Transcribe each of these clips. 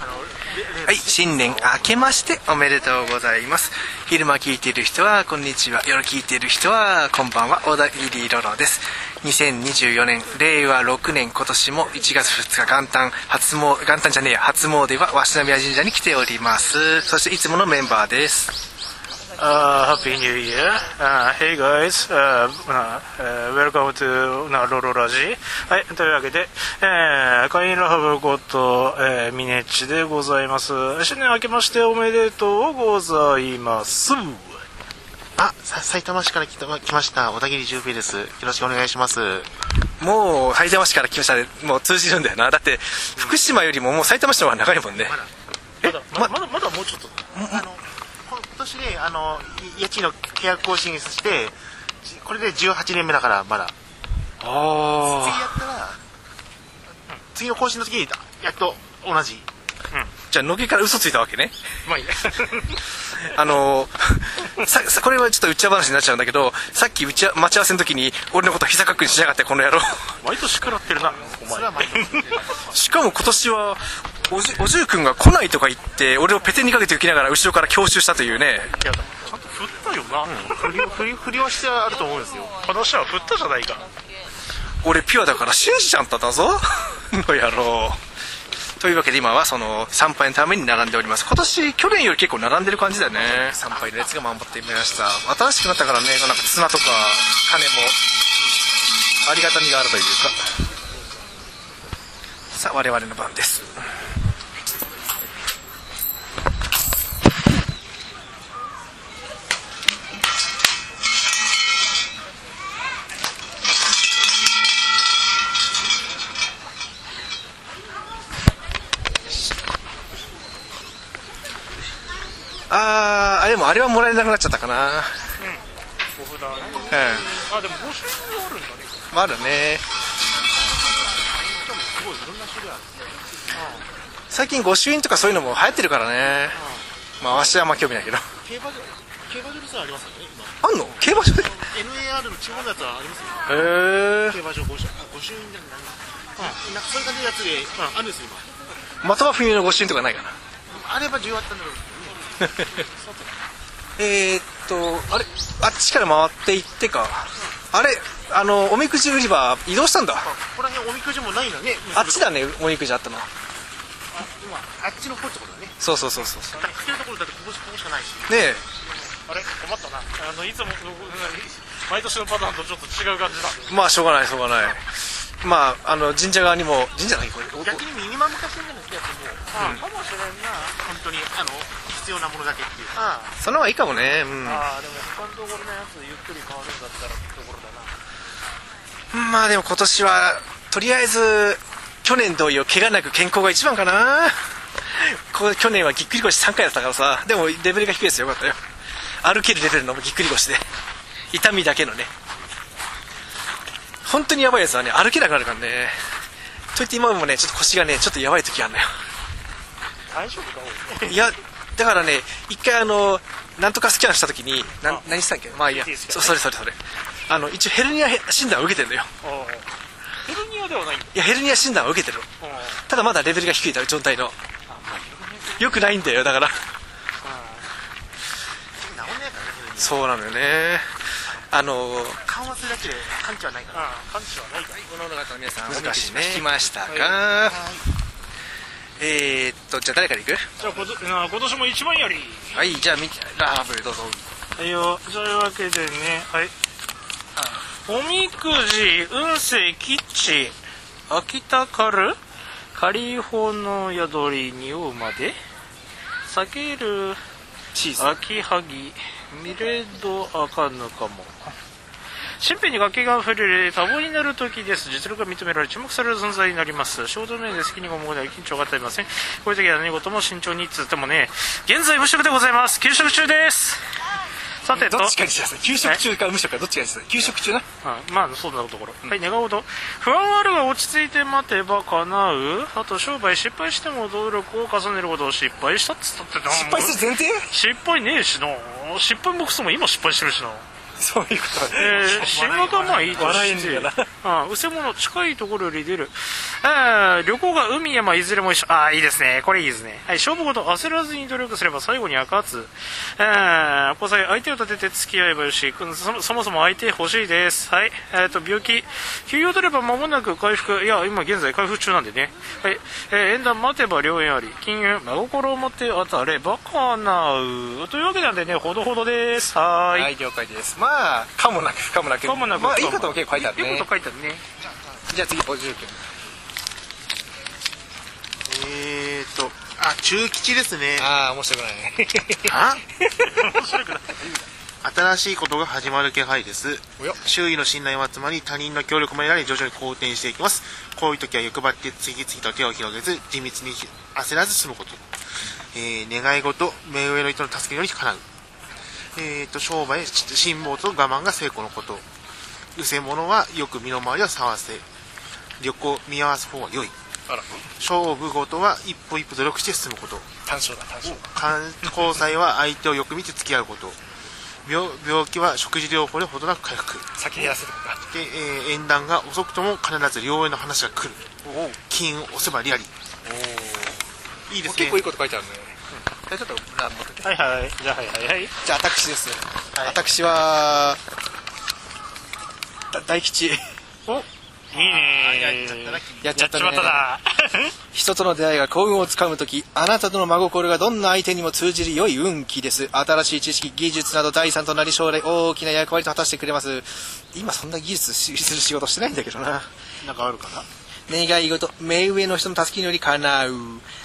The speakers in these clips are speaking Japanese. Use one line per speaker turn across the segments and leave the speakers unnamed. はい、新年明けましておめでとうございます。昼間聞いている人は、こんにちは。夜聞いている人は、こんばんは。小田切ロロです。2024年、令和6年、今年も1月2日、元旦、初詣、元旦じゃねえや、初詣は、鷲宮神社に来ております。そして、いつものメンバーです。
Uh, Happy New Year. Uh, hey guys, uh, uh, uh, welcome to なロロラジはい、というわけで、えー、カインラハブこと、えー、ミネッチでございます。新年明けましておめでとうございます。
あ、さ、埼玉市から来た、来ました。小田切十平です。よろしくお願いします。
もう、埼玉市から来ましたね。もう通じるんだよな。だって、福島よりももう埼玉市の方が長いもんね。
まだ、まだ、まだ、まだもうちょっと。
あの、今年で、あの、い家賃の契約更新して、じこれで18年目だから、まだ。
あ
次
あ。
やったら、次の更新の時に、やっと同じ。
じゃあ、のげから嘘ついたわけね。
まあいいや。
あのーささこれはちょっと打ち合わせになっちゃうんだけどさっき打ち合待ち合わせの時に俺のこと膝かっくにしやがってこの野郎
毎年食らってるな、お前。
それ はまだ。
しかも今年はおじおじゅうくんが来ないとか言って俺をペテにかけて受けながら後ろから強襲したというね
いやちゃんと振ったよな。
振り、振り、振りはしてあると思うんですよ。
話は振ったじゃないか。
俺ピュアだから信じちゃっただぞ の野郎というわけで今はその参拝のために並んでおります今年去年より結構並んでる感じだよね参拝の列が守っていました新しくなったからねなんか綱とか金もありがたみがあるというかさあ我々の番ですあーあでもあれはもらえなくなっちゃったかなうん
お札ね。
ま
あ、でも募集がある
あ
んだね。
るね最近御朱印とかそういうのも流行ってるからねまあわしはあんま興味ないけど
競馬場、競馬場のさ、ありますよね、
あんの競馬場でへ
今。NAR の地方のやつはありますよ。
え
競馬場5周、5周年だな。うん。なんかそういう感じのやつで、あるんですよ、今。
的場冬の御朱印とかないかな
あれば10あったんだろう。
えーっとあれあっちから回っていってかあれあのおみくじ売り場移動したんだ
ここら辺おみくじもないのね。
あっちだねおみくじあったの
あ今あっちの方ってことだね
そうそうそうそうそう
だから来てるところだってここしここしかないし
ねえ
あれ困ったなあのいつも毎年のパターンとちょっと違う感じだ
まあしょうがないしょうがないまああの神社側にも神社だっけこれお
逆にミニマム化してるんじゃないですかやつも、かもしれんな本当にあの必要なものだけっていうああ
その方がいいかもねうん
ああでも他のところのやつゆっくり変わるんだったらってところだな
まあでも今年はとりあえず去年同様怪我なく健康が一番かなこ去年はぎっくり腰3回だったからさでもレベルが低いですよよかったよ歩けるレベルのぎっくり腰で痛みだけのね本当にやばいやつはね歩けなくなるからねといって今もねちょっと腰がねちょっとやばい時あるのよ
大丈夫かおい
いやだからね一回あのなんとかスキャンした時になん
あ
何したっけまあいいや
CT スキャ
そ
ン
それそれそれあの一応ヘルニア診断を受けてるのよ
おうヘルニアではないんだ
いやヘルニア診断を受けてるの
おう
ただまだレベルが低いだ状態のよくないんだよだから
治んないからね
そうなのよねあの
緩和するだけで感知はないから
ああ感知はないか
この方皆さん
難しいね
聞きましたか、えー、っとじゃあ誰からいく
じゃあことなあ今年も一番やり
はいじゃあみラハブルどうぞ
はいよというわけでねはいおみくじ運勢吉秋田から仮法の宿りにおうまで避ける
チーズ
秋はぎミレドアカヌカも身辺に崖が溢れる多忙になる時です実力が認められ注目される存在になります仕事面で責任が重くなり緊張が与えませんこういう時は何事も慎重につってもね現在無職でございます休職中ですさてと
どっちかにしなさい給食中か無職かどっちかにしなさい給食中な
あまあそうなところ、はい願うと不安はあるが落ち着いて待てば叶うあと商売失敗しても努力を重ねることを失敗したっつったってな
失敗する前提
失敗ねえしな失敗もクソも今失敗してるしな
そういうこと
えー、仕事はまあいいと
笑え
し
んね
て
やな
ああ、うせもの近いところより出る。ああ、旅行が海、山、いずれも一緒。ああ、いいですね。これいいですね。はい、勝負ごと焦らずに努力すれば最後には勝つ。ああ、こさえ相手を立てて付き合えばよし。うんそもそもそも相手欲しいです。はい。えっ、と、病気。休養取れば間もなく回復。いや、今現在回復中なんでね。はい。えー、縁談待てば良縁あり。金運、真心を持って当たれば叶う。というわけなんでね、ほどほどです。はーい。
はい、了解です。まあ、かもなく、かもなく。
かもなく
まあ、いいことも結構書いてある
いい
ね
こと。書いてあるね。
じゃあ次、50件。
えーと、あ、中吉ですね。
ああ、面白くないね。
あ新しいことが始まる気配です
おや
周囲の信頼は集まり他人の協力も得られ徐々に好転していきますこういう時は欲張って次々と手を広げず地道に焦らず済むこと、えー願い事目上の人の助けより叶うえー、と商売し辛抱と我慢が成功のことうせ者はよく身の回りを探せ旅行見合わす方は良い
あら、
勝負事は一歩一歩努力して進むこと
単勝だ、単勝だ。
肝交際は相手をよく見て付き合うこと病病気は食事療法でほどなく回復
先にやらせてもら
で、えー縁談が遅くとも必ず両への話が来る
おお
金を押せばリアリいいですね
結構いいこと書いてあるね。じゃあちょっと、なんだっけ
はいはい。じゃあはいはいはい。
じゃあ、私です。
はい
私は、だ大吉。
おいいね
やっちゃったね
やっちまったな。
人との出会いが幸運をつかむとき、あなたとの真心がどんな相手にも通じる良い運気です。新しい知識、技術など第三となり将来大きな役割と果たしてくれます。今そんな技術する仕事してないんだけどな。
なんかあるかな
願い事、目上の人の助けにより叶う。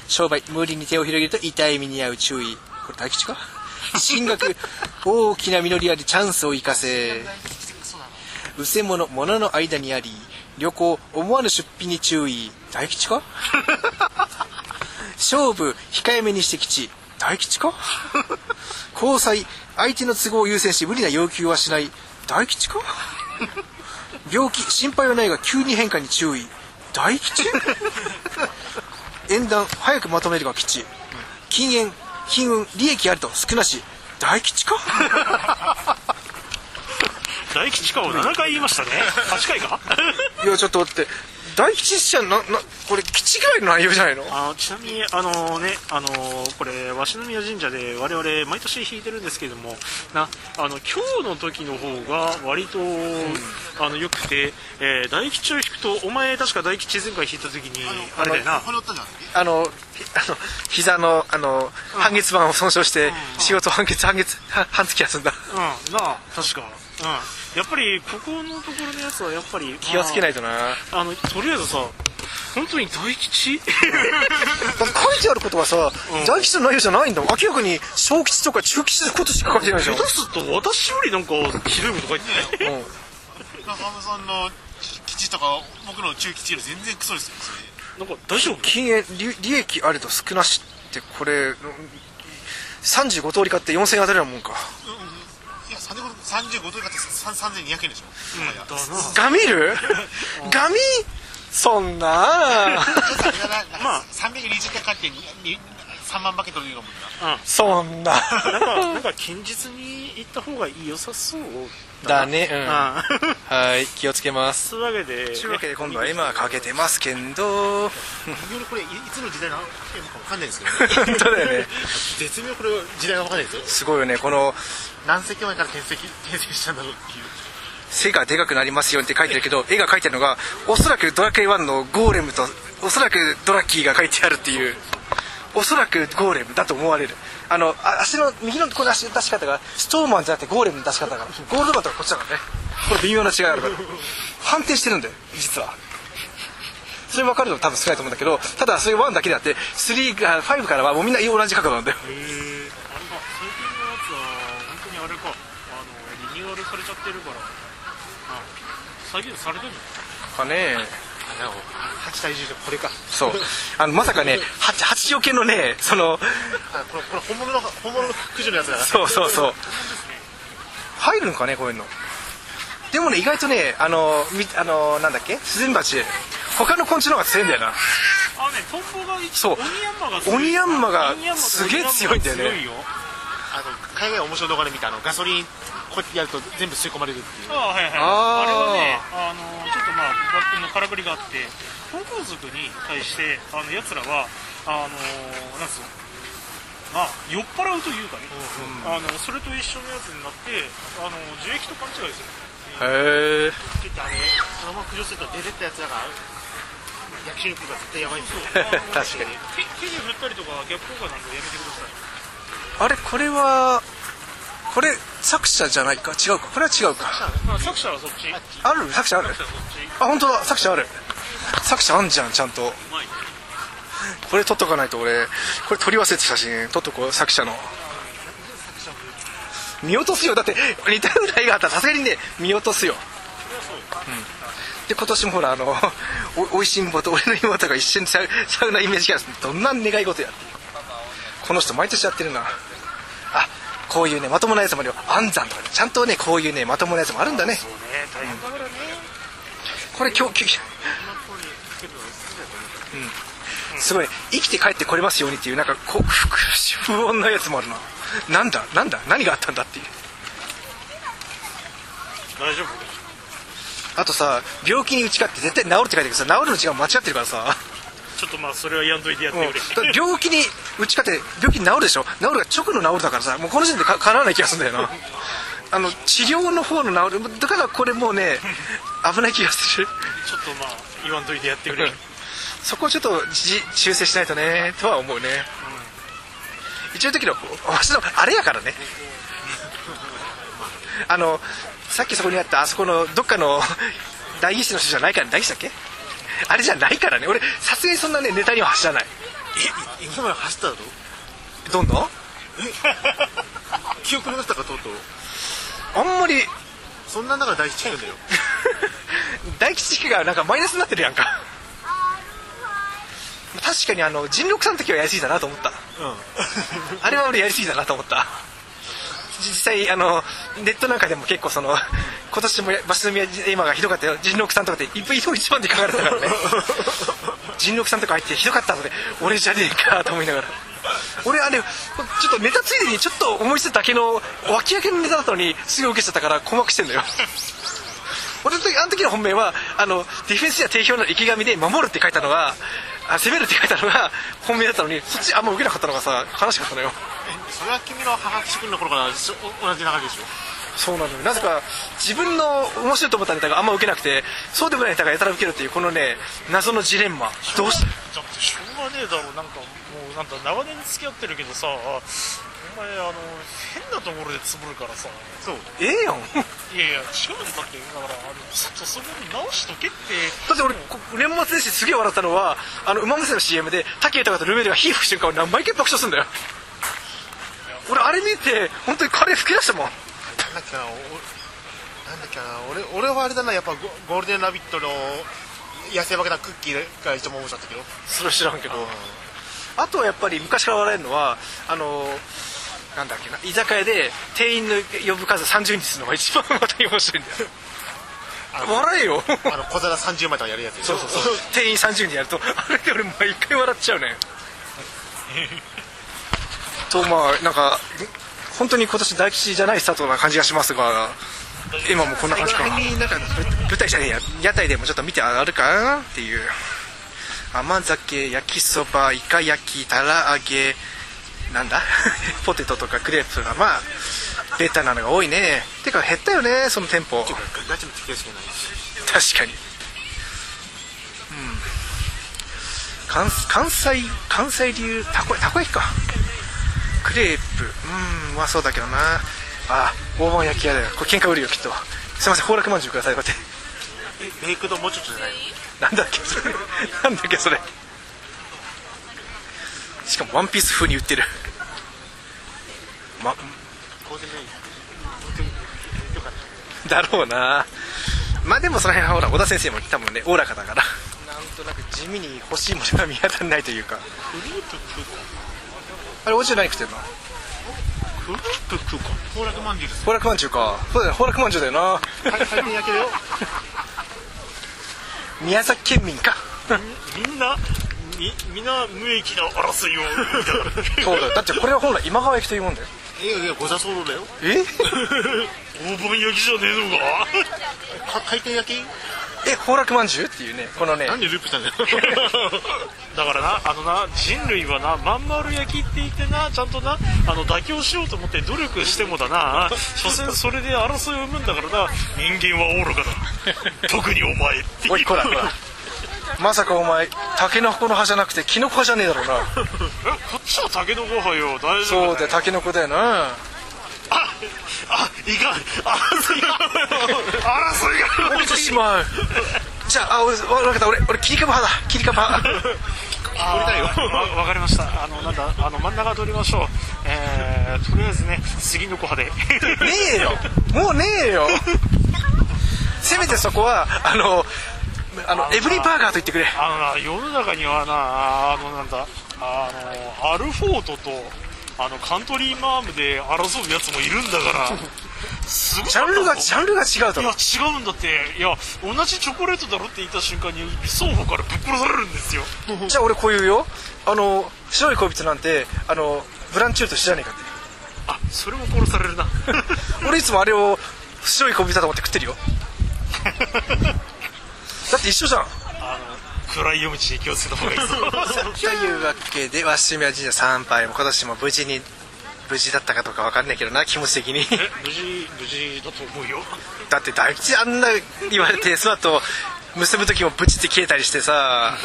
商売、無理に手を広げると痛い目に遭う注意。これ大吉 か進学、大きな実りありチャンスを生かせ。うせ者、物の間にあり。旅行、思わぬ出費に注意。大吉か勝負、控えめにして吉。大吉か 交際、相手の都合を優先し無理な要求はしない。大吉か 病気心配はないが急に変化に注意大吉 縁談早くまとめるが吉禁煙金運利益あると少なし大吉か
大吉かを7回言いましたね。8回か
いやちょっと待って大吉じゃななこれ吉ぐらいの内容じゃないの
あのちなみに、あのね、あのこれ、鷲宮神社で我々毎年弾いてるんですけども、な、あの、今日の時の方が割と、あの、良くて、えー大吉を弾くと、お前確か大吉前回弾いた時に、あれだよな。
これったじゃん
あのひあの膝のあの半月板を損傷して仕事半月半月は半月休んだ
うん、なあ、確か。うん。やっぱり、ここのところのやつは、やっぱり、。
気をつけないいとな
あの、とりあえずさ、本当に大吉
だって書いてあることはさ、
ん
大吉の内容じゃないんだもん明らかに小吉とか中吉のことしか書いてないじゃん
下手すると私よりなんかひどいこと書いてない
中村さんの吉とか僕の中吉より全然クソですよ
なんか大丈夫
禁煙利利益あれと少なしってこれうん35通り買って4000円当たるようなもんか
いや35度以下って3200円でしょ、
だな
ガミる ガミそん な
まあ320回買って3万バケットのようなもんだ
そんな
なんか、なんか堅実に行った方が良さそう
だねうん
ああ
はい気をつけます
そういうわけで。
というわけで今度は今かけてますけど本
微妙にこれいいつの時代なのか分かんないですけどね
当だよね
絶妙これ時代が分かんないですよ
すごいよねこの
何世紀前から転生 転生したんだろうっていう
背がでかくなりますよって書いてるけど絵が書いてるのがおそらくドラクエ1のゴーレムとおそらくドラッキーが書いてあるっていうおそらくゴーレムだと思われるあのあ足の右のこの足の出し方がストーマンじゃなくてゴーレムの出し方だからゴールドマンとかこっちだからねこれ微妙な違いがあるから反転してるんだよ実はそれ分かるの多分少ないと思うんだけどただそれ1だけであって3が5からはもうみんな同じ角度なんだよ
えー、あれか、最近のやつは、本当にあれか、あの、リニューアルされちゃってるから。あ再現されてるの
かね
8対10でこれか
そうあのまさかね八八億円のねその
あこれこれ本物の本物の駆除のやつだな
そうそうそう。入るんかね、こういうの。でもね、意外とね、あの、み、あの、なんだっけ、スズメバチ。他の昆虫の方が強いんだよな。
あ、ね、トンボが一
そう
オニヤンマが
オニヤンマが
オニヤンマと
すげえ強いんだよね
オニヤンマが強いよ
あの海外面白い動画で見たあのガソリンこうやってやると全部吸い込まれるっていう
あはいはい
あー
あれはねあのちょっとまあ君の空振りがあって高校族に対してあのやつらはあのなんすよまあ、酔っ払うというかね、あのそれと一緒のやつになってあの樹液と勘違いす
へえ
る
って言ってあれそのまま浮上すると出てったやつだから役所に来るから絶対やばいんですよ
そうそう
確 かに
手手に振ったりとか逆効果なんでやめてください
あれこれはこれ作者じゃないか違うかこれは違うか
まあ、作者はそっち。作
ある作者ある
者はそっち。
あ本当だ作者ある作者あんじゃんちゃんと
うまい。
これ撮っとかないと俺これ撮り忘れてた写真撮っとこう作者の見落とすよだって似たぐらいがあったらさすがにね見落とすよ、うん、で今年もほらあのおおいしんぼと俺の妹が一緒にサウサウナイメージキャラどんな願い事やってこの人毎年やってるなあこういうねまともなやつもあるよ安産とかねちゃんとねこういうねまともなやつもあるんだね
ね、大変だからね。
これ今日きうんすごい生きて帰ってこれますようにっていうなんかこう不不穏なやつもあるななんだなんだ何があったんだっていう
大丈夫。
あとさ病気に打ち勝って絶対治るって書いてあるけどさ治るの時間間違ってるからさ、
ちょっとまあ、それはやんどいてやって
うん、だ
くれ。
から 病気に打ち勝って病気に治るでしょ治るが直の治るだからさもうこの時点でかかなわない気がするんだよなあの治療の方の治るだからこれもうね危ない気がする
ちょっとまあ、言わんどいてやってく れ。
そこをちょっとじ修正しないとねとは思うね、一応の時のわしのあれやからねあのさっきそこにあったあそこのどっかの代議士の人じゃないから代議士だっけあれじゃないからね俺さすがにそんなねネタには走らない
え今まで走っただろ
どんどん
記憶の中かとうとう
あんまり
そんな中大事違うんだよ
大吉地区がなんかマイナスになってるやんか確かにあの人六さんの時はやりすぎだなと思った、あれは俺やりすぎだなと思った実際あのネットなんかでも結構その今年もやバスの宮今がひどかったよ人六さんとかって一分一分一番で書かれてたからね人六さんとか入ってひどかったので俺じゃねえかと思いながら俺あれちょっとネタついでにちょっと思いついただけの脇役のネタだったのにすぐ受けちゃったから困惑してんだよ俺の時あの時の本命はあのディフェンスや定評の池上で守るって書いたのがあ攻めるって書いたのが本命だったのにそっちあんま受けなかったのがさ悲しかったのよ
それは君の母岸君の頃からしょ同じ流れでしょ
そうなのよなぜか自分の面白いと思ったネタがあんま受けなくてそうでもないネタがやたら受けるっていうこのね謎のジレンマどうし
だってしょうがねえだろなんかもうなんだ長年付き合ってるけどさお前あの変なところでつぶるからさ
そう
ええやん
いやいや違うんだってだからあのちょっとそこに直しとけって
だって俺こ年末年始すげえ笑ったのはあの馬娘の CM で武豊とルメールが火吹く瞬間を何毎回爆笑するんだよ俺あれ見て本当にカレー吹き出したもん
なんだっけなおなんだっけな俺俺はあれだなやっぱゴゴールデンラビットの野生化けなクッキーが一番面白かったけど
それ知らんけどあとはやっぱり昔から笑えるのはあのなんだっけな居酒屋で店員の呼ぶ数30人するのが一番また面白いんだよ笑えよ
あの小皿30枚とかやるやつでし
そ
ょ
うそうそう店員30人やるとあれで俺毎回笑っちゃうねとまあなんか本当に今年大吉じゃないスタートな感じがしますが今もこんな感じかななんか舞台じゃねえや屋台でもちょっと見てあるかなっていう甘酒焼きそばイカ焼きたら揚げなんだ ポテトとかクレープとかまあベタなのが多いねてか減ったよねその店舗
ガチの敵しかないし
確かに、うん、関関西関西流たこたこ焼きかクレープうんうまそうだけどなあ大判焼き屋だよこれ喧嘩売るよきっとすいません崩落まんじゅうくださいこうやって
ベイクドもうちょっとじ
な
ゃないの
んだっけそれなんだっけそれしかもワンピース風に売ってるま
ゴールデンラビットよかっ
だ
た
ろうなまあでもその辺はほら小田先生も多分ねおおらかだからなんとなく地味に欲しいものが見当たらないというか
フループ食うか
あれおじじゃないくてんの
フループ食うか崩落まんじゅうです
崩落まんじゅうかそうだよ崩落まんじゅうだよな
回転焼けるよ
宮崎県民か
みんなみみんな無益な争いを見た から
そうだよだってこれは本来今川焼きというもんだよ
いやいやご座騒動だよ
え
大判焼きじゃねえのか
か回転焼け
え崩落まんじゅうっていうねこのね
なんでループしたんだよ
だからなあのな人類はなまん丸焼きって言ってなちゃんとなあの妥協しようと思って努力してもだな所詮それで争いを生むんだからな人間は愚かだ特にお前って
おいこらこ らまさかお前タケノコの葉じゃなくてキノコ派じゃねえだろうな
えこっちはタケノコ派よ大丈夫
そうだよタケノコだよな
ああいかん争いが争いが
落ちてしまうじゃああ俺分かった俺俺切り株派だ切り株派
これだよわわかりましたあのなんだあの真ん中取りましょうえー、とりあえずね杉の子派で
ねえよもうねえよせめてそこはあのあのエブリバーガーと言ってくれ
あのな世の中にはなあのなんだあのアルフォートとあのカントリーマームで争うやつもいるんだからすごい
ジャンルがジャンルが違うだ
い
ろ
や違うんだっていや同じチョコレートだろって言った瞬間に双方からぶっ殺されるんですよ
じゃあ俺こう言うよあの白い恋人なんてあのブランチュート知らねえかっ
あそれも殺されるな
て俺いつもあれを白い恋人だと思って食ってるよだって一緒じゃん
あの暗い夜道に気をつけた方がいいぞ
というわけで鷲宮神社参拝も今年も無事に無事だったかどうか分かんないけどな気持ち的 に
え無事無事だと思うよ
だって大吉あんな言われてその後結ぶ時もブチって切れたりしてさ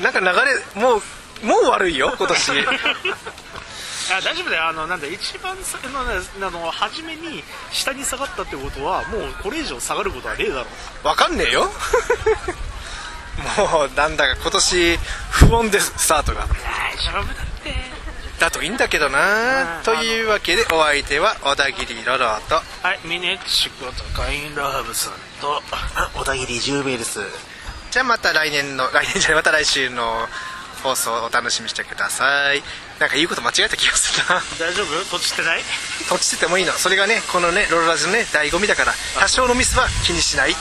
なんか流れもうもう悪いよ今年
あ大丈夫だよあのなんだ一番さあのねあの初めに下に下がったってことはもうこれ以上下がることはねえだろ
分かんねえよ もうなんだか今年不穏ですスタートが
大丈夫だって
だといいんだけどな
うん
というわけでお相手は小田切ロロと
はいミネッチことカインラハブさんと
小田切10名です
じゃあまた来年の来 年じゃないまた来週の放送をお楽しみにしてくださいなんか言うこと間違えた気がするな
大丈夫とちってない
とちっててもいいのそれがねこのねロロラジのね醍醐味だから多少のミスは気にしない